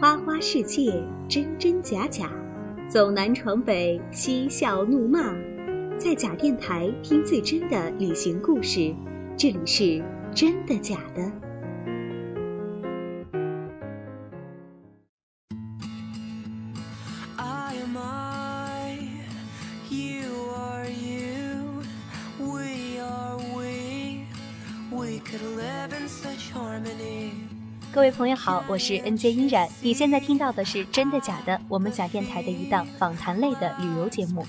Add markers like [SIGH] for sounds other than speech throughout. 花花世界，真真假假，走南闯北，嬉笑怒骂，在假电台听最真的旅行故事。这里是真的假的。 I am I, you are you, we are we, we could live in such harmony. 各位朋友好，我是 NJ 依然，你现在听到的是真的假的，我们假电台的一档访谈类的旅游节目。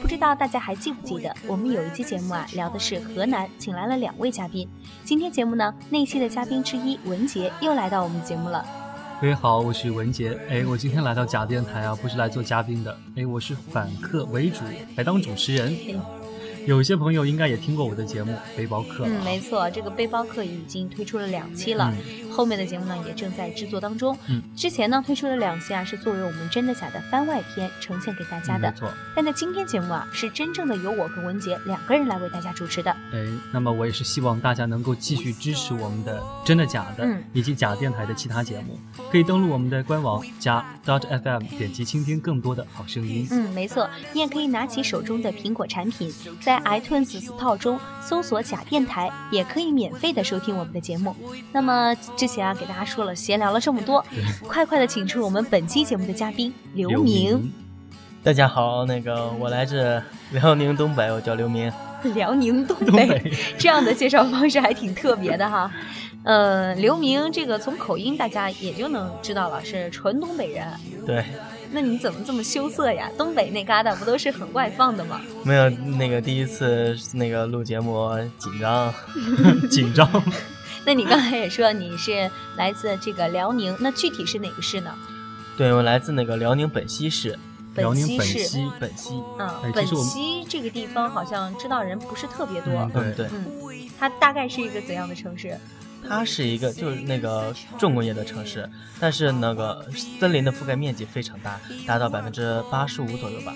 不知道大家还记不记得，我们有一期节目啊，聊的是河南，请来了两位嘉宾。今天节目呢，那期的嘉宾之一文杰又来到我们节目了。各位好，我是文杰。哎，我今天来到假电台啊，不是来做嘉宾的。哎，我是反客为主，来当主持人。嗯有一些朋友应该也听过我的节目《背包客》啊。嗯，没错，这个背包客已经推出了两期了，后面的节目呢也正在制作当中。嗯，之前呢推出了两期啊，是作为我们真的假的番外篇呈现给大家嗯没的。错。但在今天节目啊，是真正的由我跟文杰两个人来为大家主持的。哎，那么我也是希望大家能够继续支持我们的《真的假的》嗯以及假电台的其他节目，可以登录我们的官网加 dot fm，点击倾听更多的好声音。嗯，没错，你也可以拿起手中的苹果产品，在 iTunes Store 中搜索“假电台”，也可以免费的收听我们的节目。那么之前啊，给大家说了，闲聊了这么多，快快的请出我们本期节目的嘉宾刘刘明，明，大家好，那个我来自辽宁东北，我叫刘明。 [LAUGHS] 辽宁东东北。北， [LAUGHS] 这样的介绍方式还挺特别的哈。呃，刘明这个从口音大家也就能知道了，是纯东北人。对，那你怎么这么羞涩呀？东北那旮瘩不都是很外放的吗？没有那个第一次那个录节目紧张， [LAUGHS] 紧张。那你刚才也说你是来自这个辽宁，那具体是哪个市呢？对我来自那个辽宁本溪市，辽宁溪本市。溪，本溪，哎嗯，其本实我们溪这个地方好像知道人不是特别多。嗯对对，嗯，它大概是一个怎样的城市？它是一个就是那个重工业的城市，但是那个森林的覆盖面积非常大，达到百分之八十五左右吧。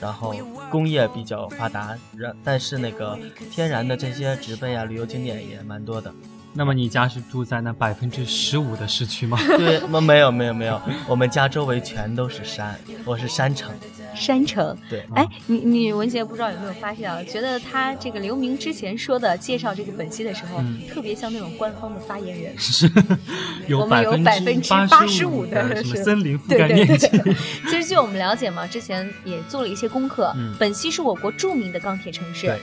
然后工业比较发达，然但是那个天然的这些植被啊、旅游景点也蛮多的。那么你家是住在那百分之十五的市区吗？ [LAUGHS] 对，没没有没有没有，我们家周围全都是山，我是山城。山城。对，哎，你你文杰不知道有没有发现啊？觉得他这个刘明之前说的介绍这个本溪的时候，嗯特别像那种官方的发言人。是 [LAUGHS] 有我们有百分85%的的什么是森林覆 [LAUGHS] 对盖对面 [LAUGHS] 积，对，其实据我们了解嘛，之前也做了一些功课。嗯本溪是我国著名的钢铁城市对，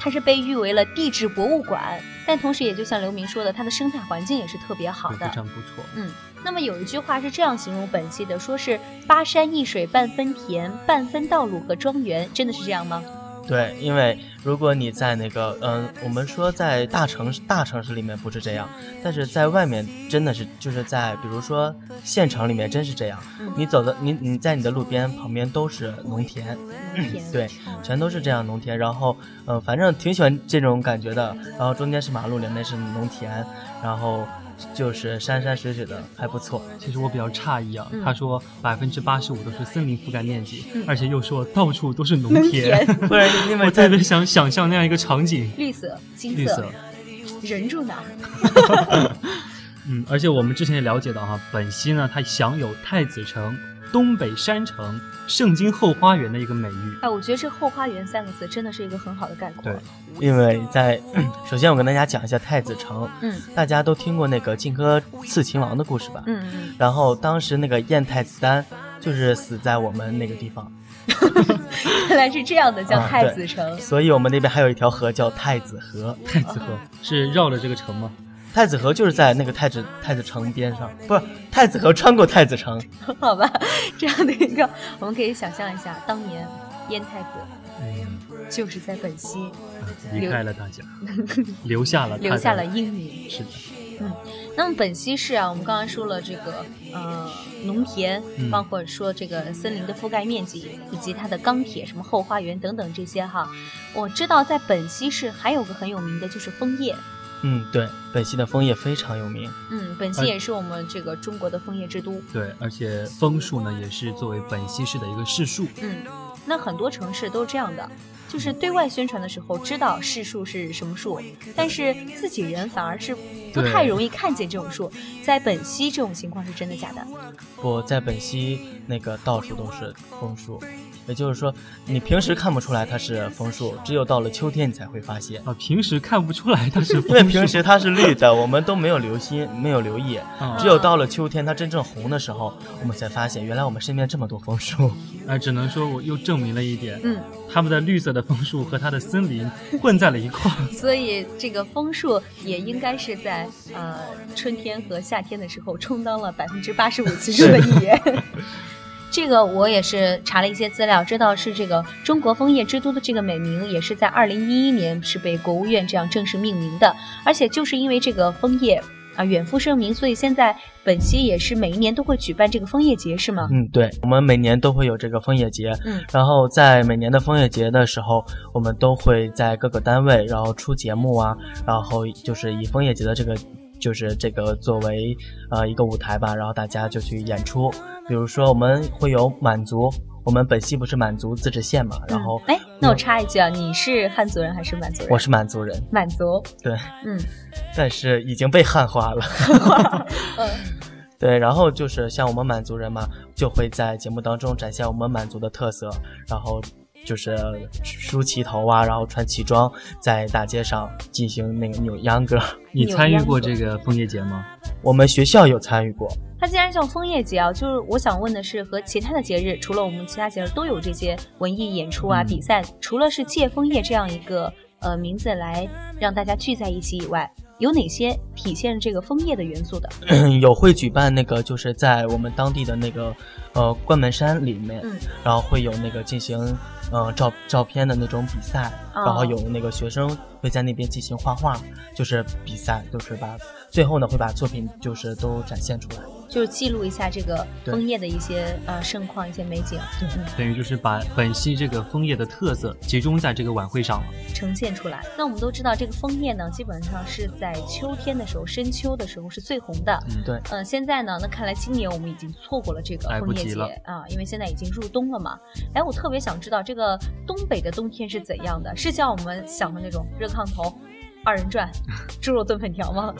它是被誉为了地质博物馆，但同时也就像刘明说的，它的生态环境也是特别好对非的。嗯常不错。那么有一句话是这样形容本溪的，说是八山一水半分田，半分道路和庄园，真的是这样吗？对，因为如果你在那个，嗯、我们说在大城市大城市里面不是这样，但是在外面真的是就是在，比如说县城里面真是这样。嗯你走的你你在你的路边旁边都是农田，农嗯田对，全都是这样农田。然后，嗯、反正挺喜欢这种感觉的。然后中间是马路，两边是农田，然后就是山山水水的，还不错。其实我比较诧异啊，嗯他说百分之八十五都是森林覆盖面积，嗯而且又说到处都是农农田， [LAUGHS] 田不然因为我在特别想想象那样一个场景，绿色、金绿色。人住哪儿？嗯，而且我们之前也了解到哈、本溪呢，它享有太子城、东北山城、圣经后花园的一个美誉。哎，我觉得这“后花园”三个字真的是一个很好的概括。对因为在 [CLEARS THROAT] 首先我跟大家讲一下太子城，嗯大家都听过那个荆轲刺秦王的故事吧？嗯嗯，然后当时那个燕太子丹就是死在我们那个地方，原来是这样的，叫啊太对子城。所以我们那边还有一条河叫太子河。 [LAUGHS] 太子河嗯是绕着这个城吗？太子河就是在那个太子太子城边上，不是太子河穿过太子城。好吧，这样的一个，我们可以想象一下，当年燕太子哎嗯，就是在本溪离开了大 [LAUGHS] 家，留下了他的留下了英名。是的，那么本溪市啊，我们刚刚说了这个呃农田，嗯包括说这个森林的覆盖面积，以及它的钢铁、什么后花园等等这些哈。我知道在本溪市还有个很有名的就是枫叶，嗯，对，本溪的枫叶非常有名。嗯，本溪也是我们这个中国的枫叶之都。对，而且枫树呢也是作为本溪市的一个市树。嗯，那很多城市都是这样的，就是对外宣传的时候知道市树是什么树，但是自己人反而是不对太容易看见这种树。在本溪这种情况是真的假的？不在本溪那个到处都是枫树，也就是说你平时看不出来它是枫树，只有到了秋天你才会发现。啊，平时看不出来它 [LAUGHS] 是因为平时它是绿的，我们都没有留心，没有留意，啊只有到了秋天它真正红的时候，我们才发现原来我们身边这么多枫树。啊，只能说我又证明了一点，嗯，他们的绿色的枫树和它的森林混在了一块儿。所以这个枫树也应该是在呃春天和夏天的时候充当了百分之八十五次数的一员。 [LAUGHS] 这个我也是查了一些资料，知道是这个中国枫叶之都的这个美名，也是在二零一一年是被国务院这样正式命名的。而且就是因为这个枫叶啊远赴盛名，所以现在本溪也是每一年都会举办这个枫叶节，是吗？嗯，对，我们每年都会有这个枫叶节，嗯然后在每年的枫叶节的时候，我们都会在各个单位，然后出节目啊，然后就是以枫叶节的这个，就是这个作为呃一个舞台吧，然后大家就去演出。比如说我们会有满族，我们本溪不是满族自治县嘛，然后嗯哎、那我插一句啊，你是汉族人还是满族人？我是满族人，满族，对，嗯，但是已经被汉化了。嗯对，然后就是像我们满族人嘛，就会在节目当中展现我们满族的特色，然后就是梳齐头啊，然后穿旗装，在大街上进行那个扭秧歌。你有参与秧过歌这个枫叶节吗？我们学校有参与过，它既然叫枫叶节啊，就是我想问的是，和其他的节日，除了我们其他节日都有这些文艺演出啊、嗯比赛，除了是借枫叶这样一个呃名字来让大家聚在一起以外，有哪些体现这个枫叶的元素的？ [CLEARS THROAT] 有会举办那个就是在我们当地的那个呃关门山里面，嗯然后会有那个进行呃照照片的那种比赛，哦然后有那个学生会在那边进行画画，就是比赛，就是把最后呢会把作品就是都展现出来。就是记录一下这个对枫叶的一些呃盛况、一些美景，嗯，等于就是把本溪这个枫叶的特色集中在这个晚会上了。呈现出来。那我们都知道，这个枫叶呢，基本上是在秋天的时候，深秋的时候是最红的。嗯对嗯，现在呢，那看来今年我们已经错过了这个来不枫叶及节了啊，因为现在已经入冬了嘛。哎，我特别想知道这个东北的冬天是怎样的？是像我们想的那种热炕头、二人 [LAUGHS] 转、猪肉炖粉条吗？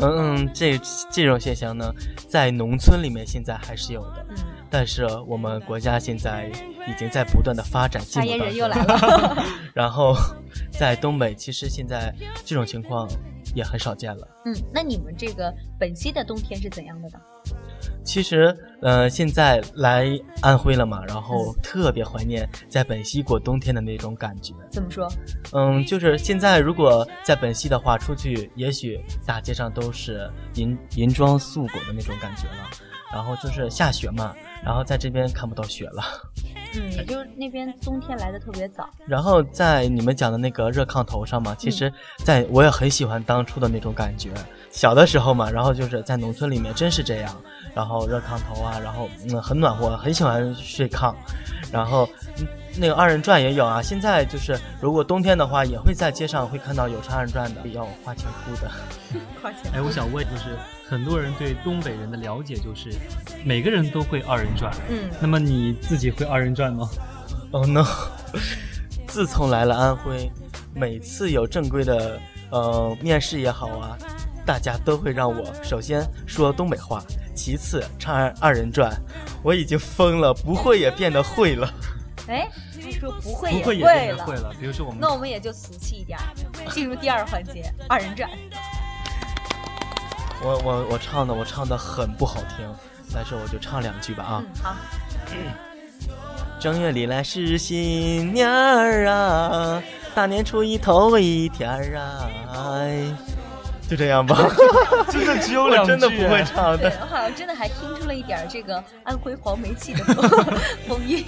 嗯，这这种现象呢，在农村里面现在还是有的，嗯，但是我们国家现在已经在不断的发展进发步言当人又中。来 [LAUGHS] 了。然后，在东北，其实现在这种情况也很少见了。嗯，那你们这个本溪的冬天是怎样的呢？其实，呃，现在来安徽了嘛，然后嗯特别怀念在本溪过冬天的那种感觉。怎么说？嗯，就是现在如果在本溪的话，出去也许大街上都是银银装素裹的那种感觉了。然后就是下雪嘛，然后在这边看不到雪了。嗯，也就是那边冬天来的特别早。然后在你们讲的那个热炕头上嘛，其实在我也很喜欢当初的那种感觉。小的时候嘛，然后就是在农村里面真是这样，然后热炕头啊，然后嗯很暖和，很喜欢睡炕，然后嗯那个二人转也有啊。现在就是如果冬天的话，也会在街上会看到有唱二人转的，要花钱哭的。花钱哎，我想问，就是很多人对东北人的了解就是每个人都会二人转，嗯，那么你自己会二人转吗？ Oh no！自从来了安徽，每次有正规的呃面试也好啊，大家都会让我首先说东北话，其次唱二二人转，我已经疯了，不会也变得会了。哎，他说不会不会也会变得了会。了。比如说我们那我们也就俗气一点儿，进入第二环节二人 [LAUGHS] 转。我我我唱的我唱的很不好听，但是我就唱两句吧啊。嗯，好。正月里来是新年儿啊，大年初一头一天儿啊，哎就这 [LAUGHS] 样吧。真的只有哎两句真的不会唱对的。，我好像真的还听出了一点儿这个安徽黄梅戏 [LAUGHS] 的风风韵，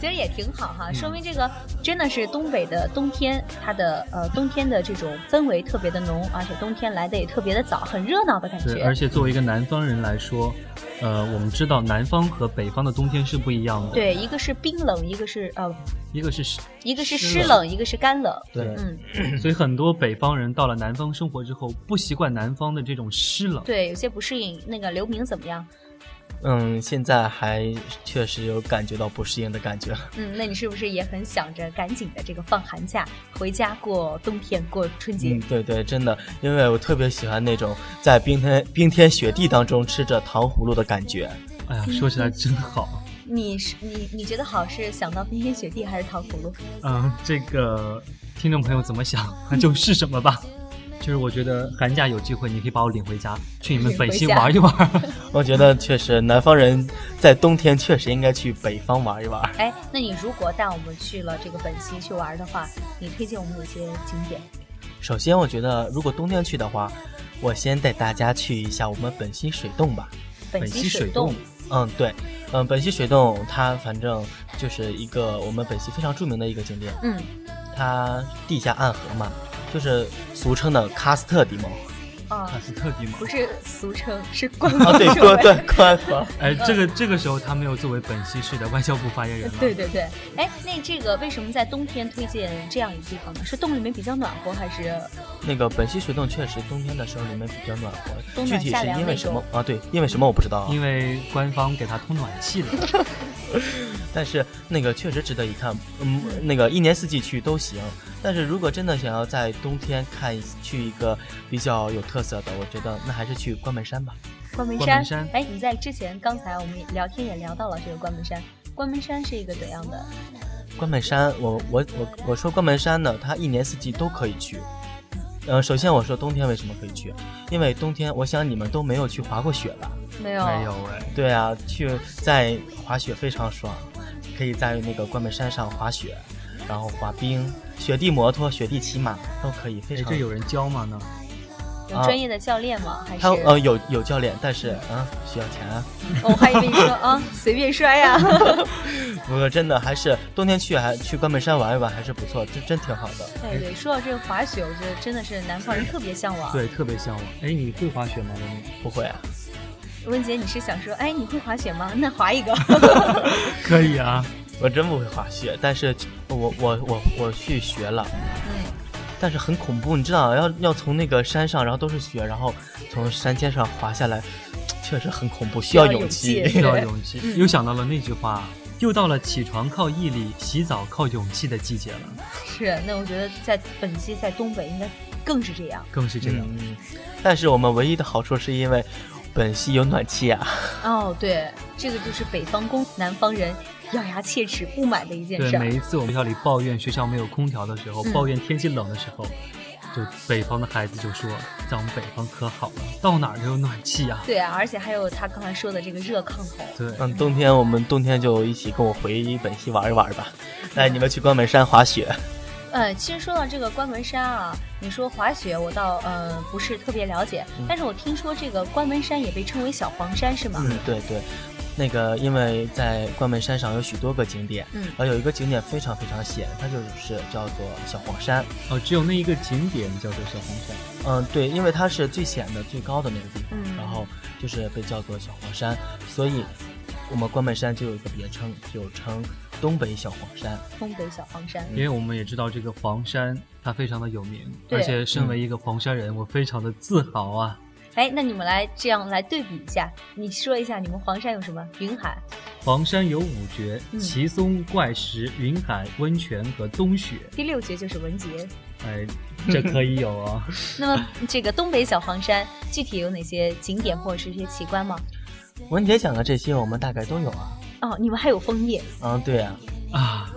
其实也挺好嗯哈，说明这个真的是东北的冬天，它的呃冬天的这种氛围特别的浓，而且冬天来的也特别的早，很热闹的感对，觉而。且作为一个南方人来说，呃，我们知道南方和北方的冬天是不一样的，，对，一个是冰冷，一个是呃，一个是湿，一个是湿湿冷冷，一个是干冷。对嗯，所以很多北方人到了南方生活之后，不习惯南方的这种湿冷。对，有些不适应。那个刘明怎么样？嗯，现在还确实有感觉到不适应的感觉。嗯，那你是不是也很想着赶紧的这个放寒假回家过冬天过春节？嗯，对对，真的，因为我特别喜欢那种在冰天冰天雪地当中吃着糖葫芦的感觉。哎呀，说起来真好。你是你你觉得好是想到冰天雪地还是糖葫芦？嗯，这个听众朋友怎 [LAUGHS] 么想，那就是什么吧。就是我觉得寒假有机会，你可以把我领回家，去你们本溪玩一 [LAUGHS] 玩。啊我觉得确实，南方人在冬天确实应该去北方玩一玩。哎，那你如果带我们去了这个本溪去玩的话，你推荐我们哪些景点？首先，我觉得如果冬天去的话，我先带大家去一下我们本溪水洞吧。本溪水水洞洞，嗯，对，嗯，本溪水洞它反正就是一个我们本溪非常著名的一个景点，嗯，它地下暗河嘛，就是俗称的喀斯特地貌。啊卡，斯特地吗？不是俗称，是官啊，方 [LAUGHS] 对说对法对，宽河。哎，这个这个时候他没有作为本溪市的外交部发言人了。对对对，哎，那这个为什么在冬天推荐这样一个地方呢？是洞里面比较暖和，还是那个本溪水洞确实冬天的时候里面比较暖和，冬具暖体夏是凉因为那什么啊？对，因为什么我不知道啊。因为官方给他通暖气了。但是那个确实值得一看，嗯，那个一年四季去都行。但是如果真的想要在冬天看一去一个比较有特色的，我觉得那还是去关门山吧。关门关山？门山哎，你在之前刚才我们也聊天也聊到了这个关门山，关门山是一个怎样的？关门山，我我我我说关门山呢，它一年四季都可以去。呃，首先我说冬天为什么可以去，因为冬天我想你们都没有去滑过雪吧？没有，没有哎，对啊，去在滑雪非常爽，可以在那个关门山上滑雪，然后滑冰、雪地摩托、雪地骑马都可以，非哎，常这有人教吗呢？有啊专业的教练吗？还是他呃有有教练，但是啊需要钱啊。我还以为你 [LAUGHS] 说啊随便摔呀、不过真的还是冬天去还去关门山玩一玩还是不错，真真挺好的。哎，对，说到这个滑雪，我觉得真的是南方人特别向往。对，特别向往。哎，你会滑雪吗？文文不会啊，温姐，你是想说，哎，你会滑雪吗？那 [LAUGHS] 滑 [LAUGHS] 一个。可以啊。我真不会滑雪，但是我我我我去学了，嗯，但是很恐怖，你知道要要从那个山上，然后都是雪，然后从山尖上滑下来，确实很恐怖，需要需要勇勇气。气 [LAUGHS] 需要勇气。又想到了那句话，又到了起床靠毅力、洗澡靠勇气的季节了，是。那我觉得在本溪在东北应该更是这样更是这样。嗯，但是我们唯一的好处是因为本溪有暖气啊。 [LAUGHS] 哦。对，这个就是北方公南方人咬牙切齿不满的一件对事，每儿。一次我们学校里抱怨学校没有空调的时候，嗯抱怨天气冷的时候，就北方的孩子就说：“在我们北方可好了，到哪儿都有暖气啊。对啊，而且还有他刚才说的这个热炕头。”对，嗯，冬天我们冬天就一起跟我回本溪玩一玩吧。带你们去关门山滑雪。呃，其实说到这个关门山啊，你说滑雪，我倒呃不是特别了解，但是我听说这个关门山也被称为小黄山，是吗？嗯，对对，那个因为在关门山上有许多个景点，嗯然后有一个景点非常非常显，它就是叫做小黄山。哦，只有那一个景点叫做小红山。嗯，对，因为它是最显的、最高的那个地方，嗯然后就是被叫做小黄山，所以我们关门山就有一个别称，就称东北小黄山。东北小黄山。因为我们也知道这个黄山，它非常的有名，对而且身为一个黄山人，我非常的自豪啊。哎，那你们来这样来对比一下，你说一下你们黄山有什么？云海，黄山有五绝：嗯奇松、怪石、云海、温泉和宗雪。第六绝就是文杰。哎，这可以有 [LAUGHS] 啊。那么这个东北小黄山具体有哪些景点或者是一些奇观吗？文杰讲的这些我们大概都有啊。哦，你们还有枫叶，嗯，对啊，啊，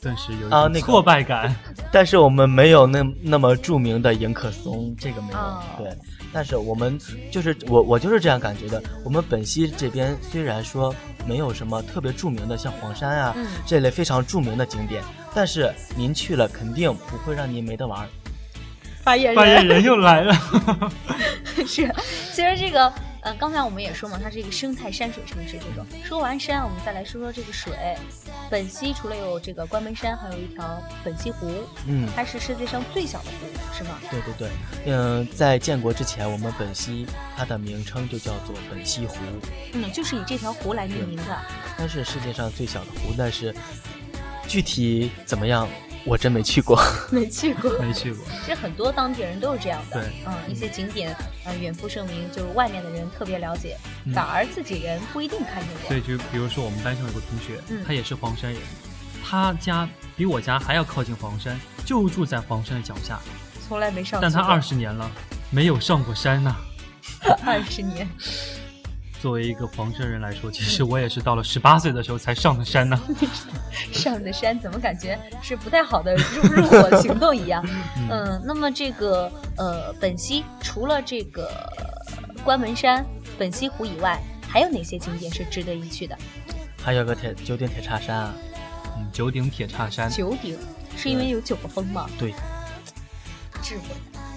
顿时有一啊种那个挫败感。但是我们没有那那么著名的迎客松，这个没有。哦对，但是我们就是我我就是这样感觉的。我们本溪这边虽然说没有什么特别著名的，像黄山啊、嗯这类非常著名的景点，但是您去了肯定不会让您没得玩儿。发言 [LAUGHS] 发言人又 [LAUGHS] 来了，是，其实这个，呃，刚才我们也说嘛，它是一个生态山水城市这种。说完山，我们再来说说这个水。本溪除了有这个关门山，还有一条本溪湖，嗯，它是世界上最小的湖，是吗？对对对，嗯、在建国之前，我们本溪它的名称就叫做本溪湖，嗯，就是以这条湖来命名的。它是世界上最小的湖，但是具体怎么样，我真没去过。没去过。没去过。 [LAUGHS] 其实很多当地人都是这样的，对嗯，一些景点，呃，远赴盛名，就是外面的人特别了解，嗯反而自己人不一定看见过。对，就比如说我们班上有个同学，嗯他也是黄山人，他家比我家还要靠近黄山，就住在黄山的脚下，从来没上去过。但他二十年了没有上过山呐、 [LAUGHS] 二十年，作为一个黄山人来说，其嗯实我也是到了十八岁的时候才上的 [LAUGHS] 山呢、上的山怎么感觉是不太好的入入伙 [LAUGHS] 行动一样？嗯嗯，那么这个呃，本溪除了这个呃关门山、本溪湖以外，还有哪些景点是值得一去的？还有个铁九鼎铁叉山啊，嗯，九鼎铁叉山，九鼎是因为有九个峰吗？对，智慧，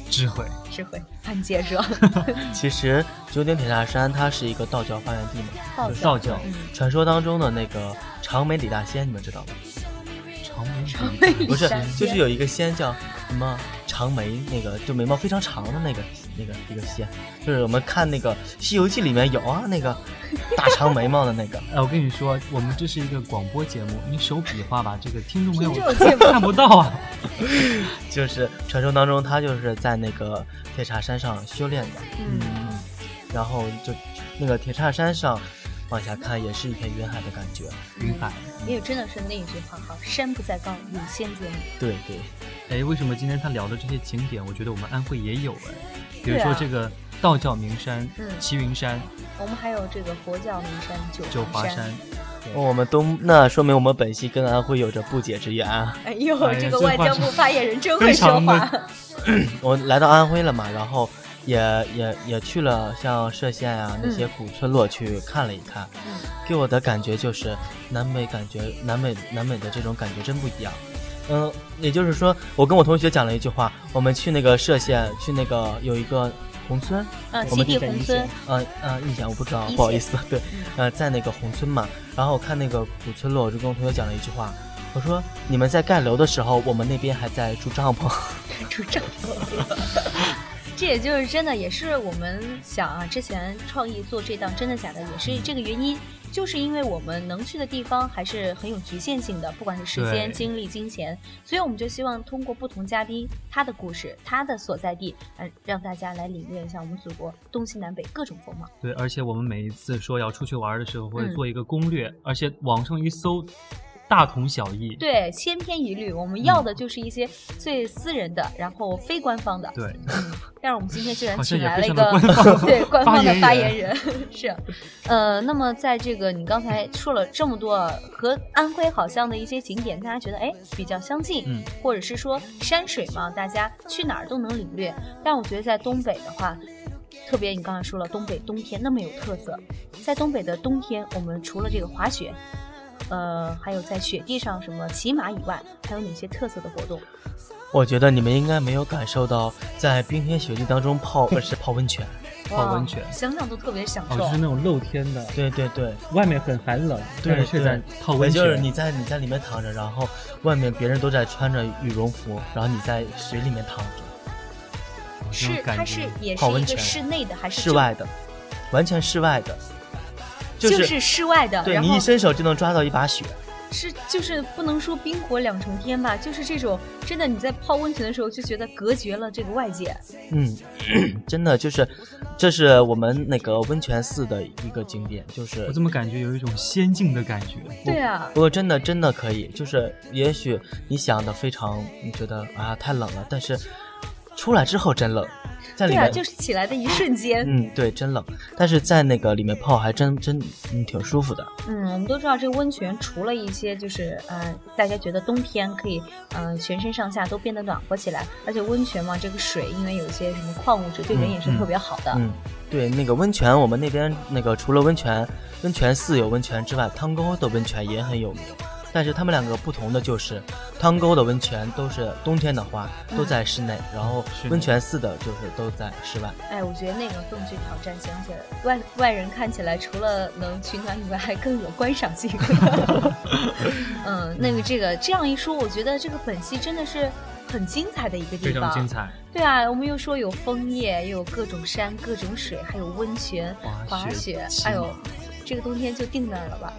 智慧，智慧，潘接 [LAUGHS] 着，嗯其实九鼎铁叉山它是一个道教发源地嘛，道就是道教嗯，传说当中的那个长眉李大仙，你们知道吗？长眉长笔眉 [LAUGHS] 不是李大，仙就是有一个仙叫什么长眉，那个就眉毛非常长的那个那个一个仙，就是我们看那个《西游记》里面有啊，那个大长眉毛的那个。哎，我跟你说，我们这是一个广播节目，你手比划吧，这个听众朋友听众见不看不到啊。就是传说当中他就是在那个铁叉山上修炼的，嗯。然后就那个铁叉山上往下看也是一片云海的感觉。云海，也真的是那一句话哈，山不在高，有仙在你。对对，哎，为什么今天他聊的这些景点，我觉得我们安徽也有哎，比如对啊说这个道教名山嗯齐云山、我们还有这个佛教名山九九华山山。，哦我们东那说明我们本溪跟安徽有着不解之缘啊。哎呦，哎呀这个外交部这话发言人真会非说常话。的我来到安徽了嘛，然后也也也去了像歙县啊那些古村落去看了一看，嗯给我的感觉就是南美感觉南美南美的这种感觉真不一样。嗯，也就是说，我跟我同学讲了一句话，我们去那个歙县，去那个有一个红村，啊，西我们递是在红一村线，，呃呃，一线我不知道一，线不好意思，对嗯，呃，在那个红村嘛，然后我看那个古村落，我就跟我同学讲了一句话，我说你们在盖楼的时候，我们那边还在住帐篷， [LAUGHS] 出帐篷。 [LAUGHS] 这也就是真的，也是我们想啊，之前创意做这档真的假的，也是这个原因，就是因为我们能去的地方还是很有局限性的，不管是时间、对精力、金钱，所以我们就希望通过不同嘉宾他的故事、他的所在地，呃，让大家来领略一下我们祖国东西南北各种风貌。对，而且我们每一次说要出去玩的时候，会嗯做一个攻略，而且网上一搜，大同小异。对，千篇一律，我们嗯要的就是一些最私人的，然后非官方的。 [LAUGHS] 对，嗯，但是我们今天居然好像请也来非了一个常的官方 [LAUGHS] 对官方的发发言言人 [LAUGHS] 是，呃，那么在这个你刚才说了这么多啊和安徽好像的一些景点，大家觉得哎比较相近，嗯或者是说山水嘛，大家去哪儿都能领略。但我觉得在东北的话。特别，你刚才说了东北冬天那么有特色，在东北的冬天，我们除了这个滑雪，呃，还有在雪地上什么骑马以外，还有哪些特色的活动？我觉得你们应该没有感受到在冰天雪地当中泡不是泡温泉。泡温哇泉想想都特别享哦，受。就是那种露天的，对对对，外面很寒冷，对但是却在对泡温泉。也就是你在你在里面躺着，然后外面别人都在穿着羽绒服，然后你在水里面躺着，这种是，感它觉是也是泡一温个泉室内的还是室就？外的，完全室外的，、就是室外的，对然你后一伸手就能抓到一把雪。是就是不能说冰火两重天吧，就是这种真的你在泡温泉的时候就觉得隔绝了这个外界， [CLEARS THROAT] 嗯，真的就是，这是我们那个温泉寺的一个景点，就是我怎么感觉有一种仙境的感觉？对啊，不过真的真的可以，就是也许你想的非常，你觉得啊太冷了，但是出来之后真冷，在里对啊，面、就是起来的一瞬间，嗯对真冷，但是在那个里面泡还真真嗯挺舒服的。嗯，我们都知道这个温泉除了一些就是呃，大家觉得冬天可以呃全身上下都变得暖和起来，而且温泉嘛，这个水因为有一些什么矿物质，对人也是嗯特别好的。嗯，对那个温泉，我们那边那个除了温泉温泉寺有温泉之外，汤沟的温泉也很有名。但是他们两个不同的就是，汤沟的温泉都是冬天的话嗯都在室内，然后室内温泉寺的就是都在室外。哎，我觉得那个更具挑战性，而且外外人看起来除了能取暖以外，还更有观赏 [LAUGHS] 性。嗯，那个这个这样一说，我觉得这个本溪真的是很精彩的一个地非常方。精彩。对啊，我们又说有枫叶，又有各种山、各种水，还有温泉、滑滑雪雪，骑哎呦马， [LAUGHS] 这个冬天就定那儿了吧？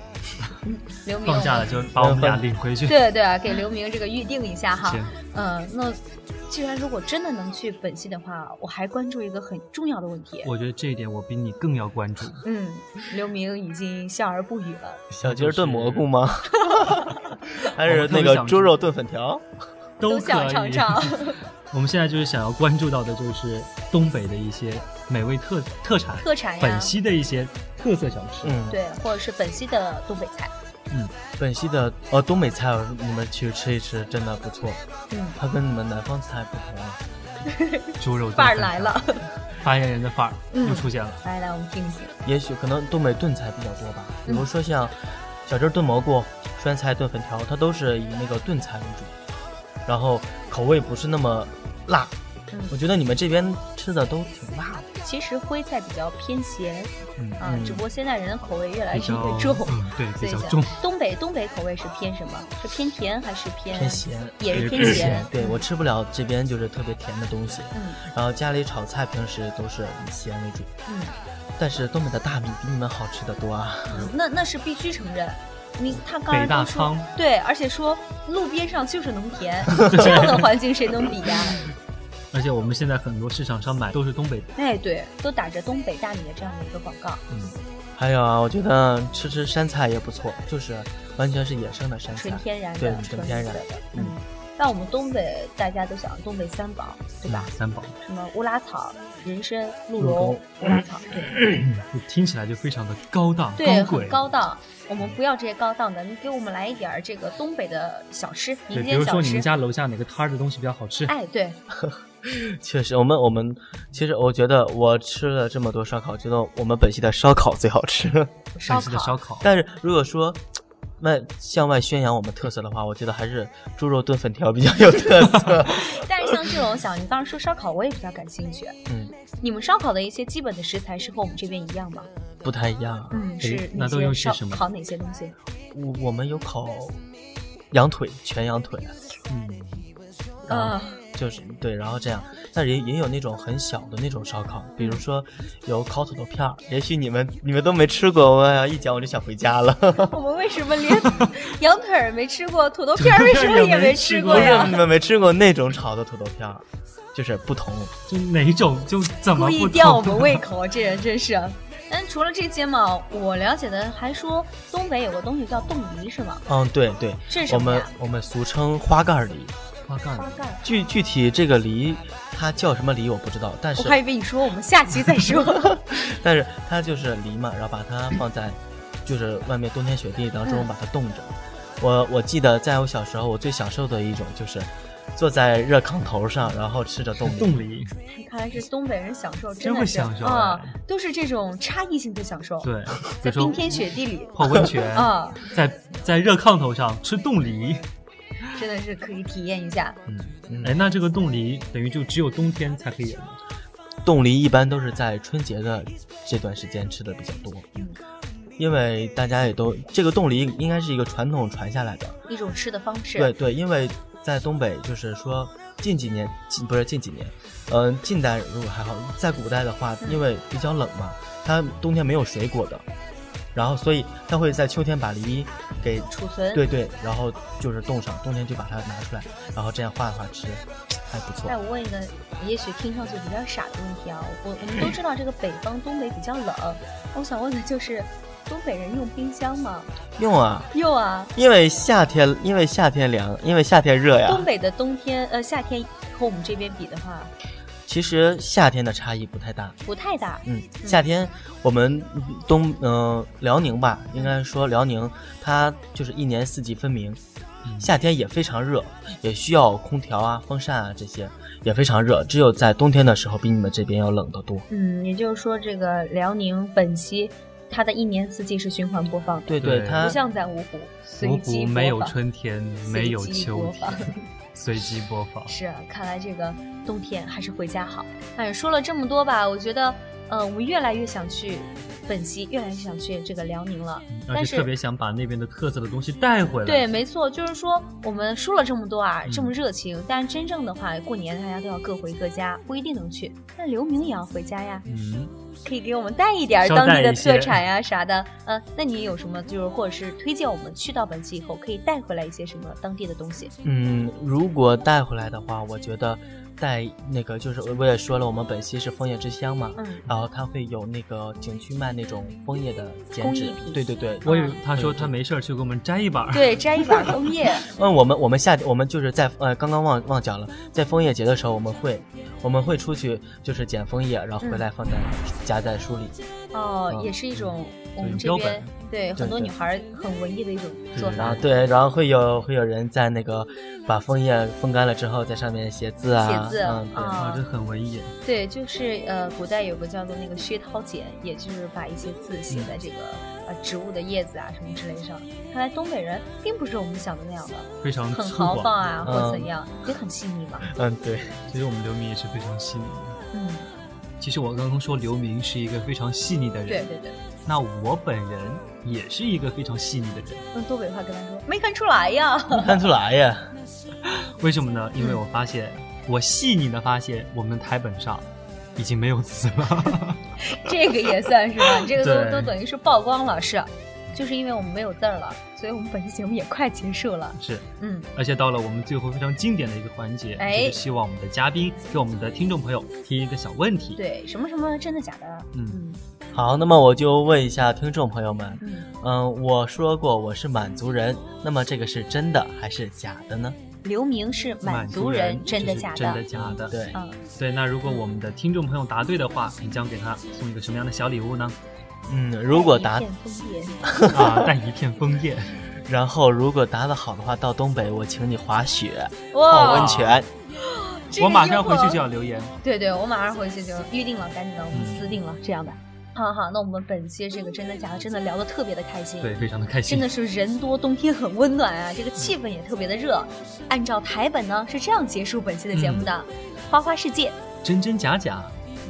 刘明放假了就把我们俩领回去。对对啊，给刘明这个预定一下哈行。，嗯，那既然如果真的能去本系的话，我还关注一个很重要的问题。我觉得这一点我比你更要关注。 [LAUGHS] 嗯，刘明已经笑而不语了。小鸡儿炖蘑 [LAUGHS] 菇吗？ [LAUGHS] 还我是特别那个想猪吃肉炖粉条？都可想以。尝尝 [LAUGHS] 我们现在就是想要关注到的，就是东北的一些美味特特产，特产呀本，溪的一些特色小吃。嗯，对，或者是本溪的东北菜。本溪的呃东北菜，你们去吃一吃，真的不错。嗯，它跟你们南方菜不同啊。猪肉炖范儿粉来条了，，发言人的范儿嗯又出现了。来来，我们听听。也许可能东北炖菜比较多吧，比如说像小鸡儿炖蘑菇、酸菜炖粉条，它都是以那个炖菜为主，然后口味不是那么辣。嗯我觉得你们这边吃的都挺辣的，其实徽菜比较偏咸嗯，啊，嗯只不过现在人的口味越来比越较哎重，嗯，对，所比以较讲重。东北东北口味是偏什么？是偏甜还是偏偏？咸。也是也偏是咸咸。对我吃不了这边就是特别甜的东西，嗯然后家里炒菜平时都是以咸为主，嗯。但是东北的大米比你们好吃的多啊。那那是必须承认。你他刚北才大都说仓对，而且说路边上就是农 [LAUGHS] 田，这样的环境谁能比呀？而且我们现在很多市场上买都是东北的，哎，对，都打着东北大米的这样的一个广告，嗯，还有啊，我觉得吃吃山菜也不错，就是完全是野生的山菜纯，天然的，对纯纯天然的的。嗯嗯，但我们东北大家都想东北三宝，对吧？嗯三宝，什么乌拉草、人参、鹿鹿茸茸、乌拉草，对 [CLEARS THROAT] 就 [LAUGHS] 听起来就非常的高档、对，高很贵。高档。我们不要这些高档的，你给我们来一点儿这个东北的小吃，对，民比间如小说你们吃。家楼下哪个摊儿的东西比较好吃？哎，对，确实，我们我们其实我觉得我吃了这么多烧烤，觉得我们本溪的烧烤最好吃。 [LAUGHS] 陕西的烧烤，但是如果说外向外宣扬我们特色的话，我觉得还是猪肉炖粉条比较有特色。但是像这种小，你当时说烧烤，我也比较感兴趣。嗯，你们烧烤的一些基本的食材是和我们这边一样吗？不太一样。嗯，是哎那哪都用些些烧什么烤哪些东西？我我们有烤羊腿，全羊腿，嗯，啊嗯，就是对，然后这样。但也也有那种很小的那种烧烤，比如说有烤土豆片儿。也许你们你们都没吃过，我呀一讲我就想回家了。 [LAUGHS] 我们为什么连羊腿儿没吃过，土豆片儿为什么也没吃过不是 [LAUGHS] 呀？你们没吃过那种炒的土豆片儿，就是不同。就哪种就怎么故不意同 [LAUGHS] 吊我们胃口，这人真是。但除了这些嘛，我了解的还说东北有个东西叫冻梨，是吗？嗯，对对，这是什我么们呀？我们俗称花盖儿梨。花干花儿盖儿。具具体这个梨它叫什么梨我不知道，但我是还以为你说我们下期再 [LAUGHS] 说。但是它就是梨嘛，然后把它放在就是外面冬天雪地当中嗯把它冻着。我我记得在我小时候，我最享受的一种就是坐在热炕头上，然后吃着冻梨。冻 [LAUGHS] 梨，看来是东北人享受，真真会的是享受啊哎，都是这种差异性的享受。对，哎在比如说冰天雪地里泡 [LAUGHS] 温泉，啊，在在热炕头上吃冻梨，真的是可以体验一下。嗯哎，那这个冻梨等于就只有冬天才可以有吗？冻梨一般都是在春节的这段时间吃的比较多，因为大家也都这个冻梨应该是一个传统传下来的。一种吃的方式。对对，因为在东北，就是说近几年，近不是近几年，嗯、近代如果还好，在古代的话，因为比较冷嘛，它冬天没有水果的，然后所以它会在秋天把梨给储存。对对，然后就是冻上，冬天就把它拿出来，然后这样化一化吃，还不错但。我问一个，也许听上去比较傻的问题啊，我我们都知道这个北方东北比较冷，我想问的就是，东北人用冰箱吗？ [LAUGHS] 用啊，用啊，因为夏天，因为夏天凉，因为夏天热呀。东北的冬天呃夏天和我们这边比的话其实夏天的差异不太大，不太大，嗯，夏天我们东嗯、呃辽宁吧，应该说辽宁它就是一年四季分明，夏天也非常热，也需要空调啊、风扇啊这些，也非常热。只有在冬天的时候，比你们这边要冷得多。嗯，也就是说这个辽宁本溪，它的一年四季是循环播放的，对对，对它不像咱芜湖随芜机湖播没有放春天，没有随机秋播放天， [LAUGHS] 随机播放。是啊，看来这个冬天还是回家好。哎，说了这么多吧，我觉得，呃，我们越来越想去本溪越来越想去这个辽宁了。而但且是特别想把那边的特色的嗯东西带回来。对，没错，就是说我们说了这么多啊，这么热情，但真正的话，过年大家都要各回各家，不一定能去。那刘明也要回家呀，嗯，可以给我们带一点儿捎当地带的一些特产呀啥的。呃，那你有什么就是或者是推荐我们去到本溪以后可以带回来一些什么当地的东西？嗯，如果带回来的话，我觉得带那个就是我也说了，我们本溪是枫叶之乡嘛，嗯，然后它会有那个景区卖那种枫叶的剪工纸艺品，对对对。我以为他说他没事儿去给我们摘一把儿。对，摘一把枫叶，嗯，我们我们夏我们就是在呃刚刚忘忘讲了，在枫叶节的时候，我们会我们会出去就是捡枫叶，然后回来放在夹在书里。哦，嗯也是一种我们对这标边本对很多对女孩儿很文艺的一种做对然法后。对，然后会有会有人在那个把枫叶风干了之后，在上面写字啊，写字嗯，对，啊哇，这很文艺。对，就是呃，古代有个叫做那个薛涛简，也就是把一些字写在这个呃植物的叶子啊什么之类上。看来东北人并不是我们想的那样的，非常很粗豪犷，放啊，或嗯怎样，也很细腻嘛。嗯对，其实我们刘明也是非常细腻的。嗯，其实我刚刚说刘明是一个非常细腻的对人，对对，那我本人也是一个非常细腻的人。用东北话跟他说，没看出来呀。 [LAUGHS] 看出来呀，为什么呢？因嗯为我发现，我细腻的发现，我们台本上已经没有词了。 [LAUGHS] 这个也算是吧，这个对都都等于是曝光了，是，啊就是因为我们没有字儿了，所以我们本期节目也快结束了。是，嗯，而且到了我们最后非常经典的一个环节，哎就是希望我们的嘉宾给我们的听众朋友提一个小问题。，对，什么什么真的假的？嗯，嗯好，那么我就问一下听众朋友们，嗯，嗯，我说过我是满族人，那么这个是真的还是假的呢？刘明是满族族人，真的就是假真的的？假的？对，嗯，对，那如果我们的听众朋友答对的话，你将给他送一个什么样的小礼 [LAUGHS] 物呢？嗯，如果答一，片枫叶啊，带一片枫叶。然后如果答的好的话，到东北我请你滑雪、泡哇，温泉。这个我马上回去诱惑就要留言。对对，我马上回去就预定了，赶紧的，我们私定了这样的。好好，那我们本期这个真的假的真的聊得特别的开心。对，非常的开心。真的是人多，冬天很温暖啊，这个气氛也特别的热。按照台本呢，是这样结束本期的节目的：花花世界，真真假假，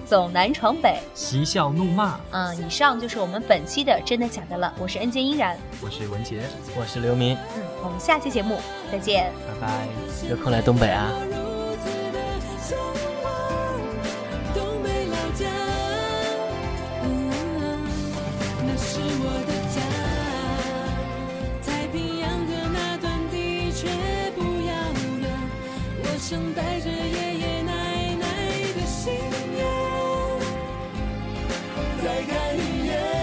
走南闯北。嬉笑怒骂。嗯，以上就是我们本期的真的假的了。我是恩杰依然，我是文杰，我是刘明，嗯，我们下期节目再见。拜拜。有空来东北啊。东北老家，那是我的家。太平洋的那段的确不遥远，我想带着爷爷奶奶的信仰，再看一眼。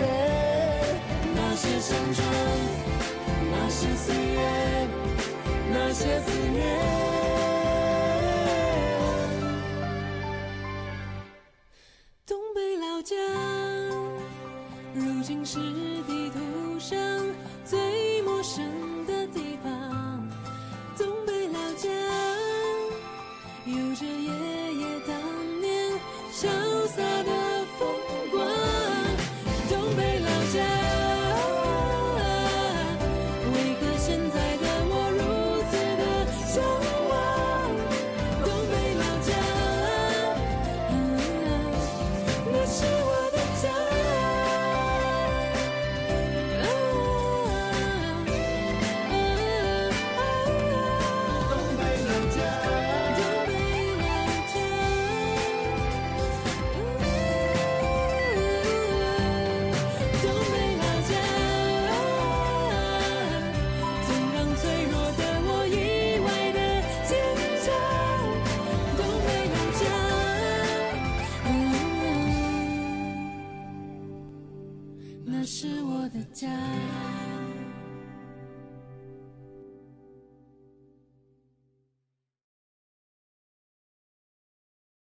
哎那些山川，那些岁月，那些思念。东北老家，如今是地图上最陌生的地方。东北老家，有着爷爷当年潇洒的风光。东北老家，为何现在的我如此的向往？东北老家，啊那是我的家。啊东北老家，东北老家。东北老家，总让脆弱的我意外的坚强。东北老嗯家，那是我的家。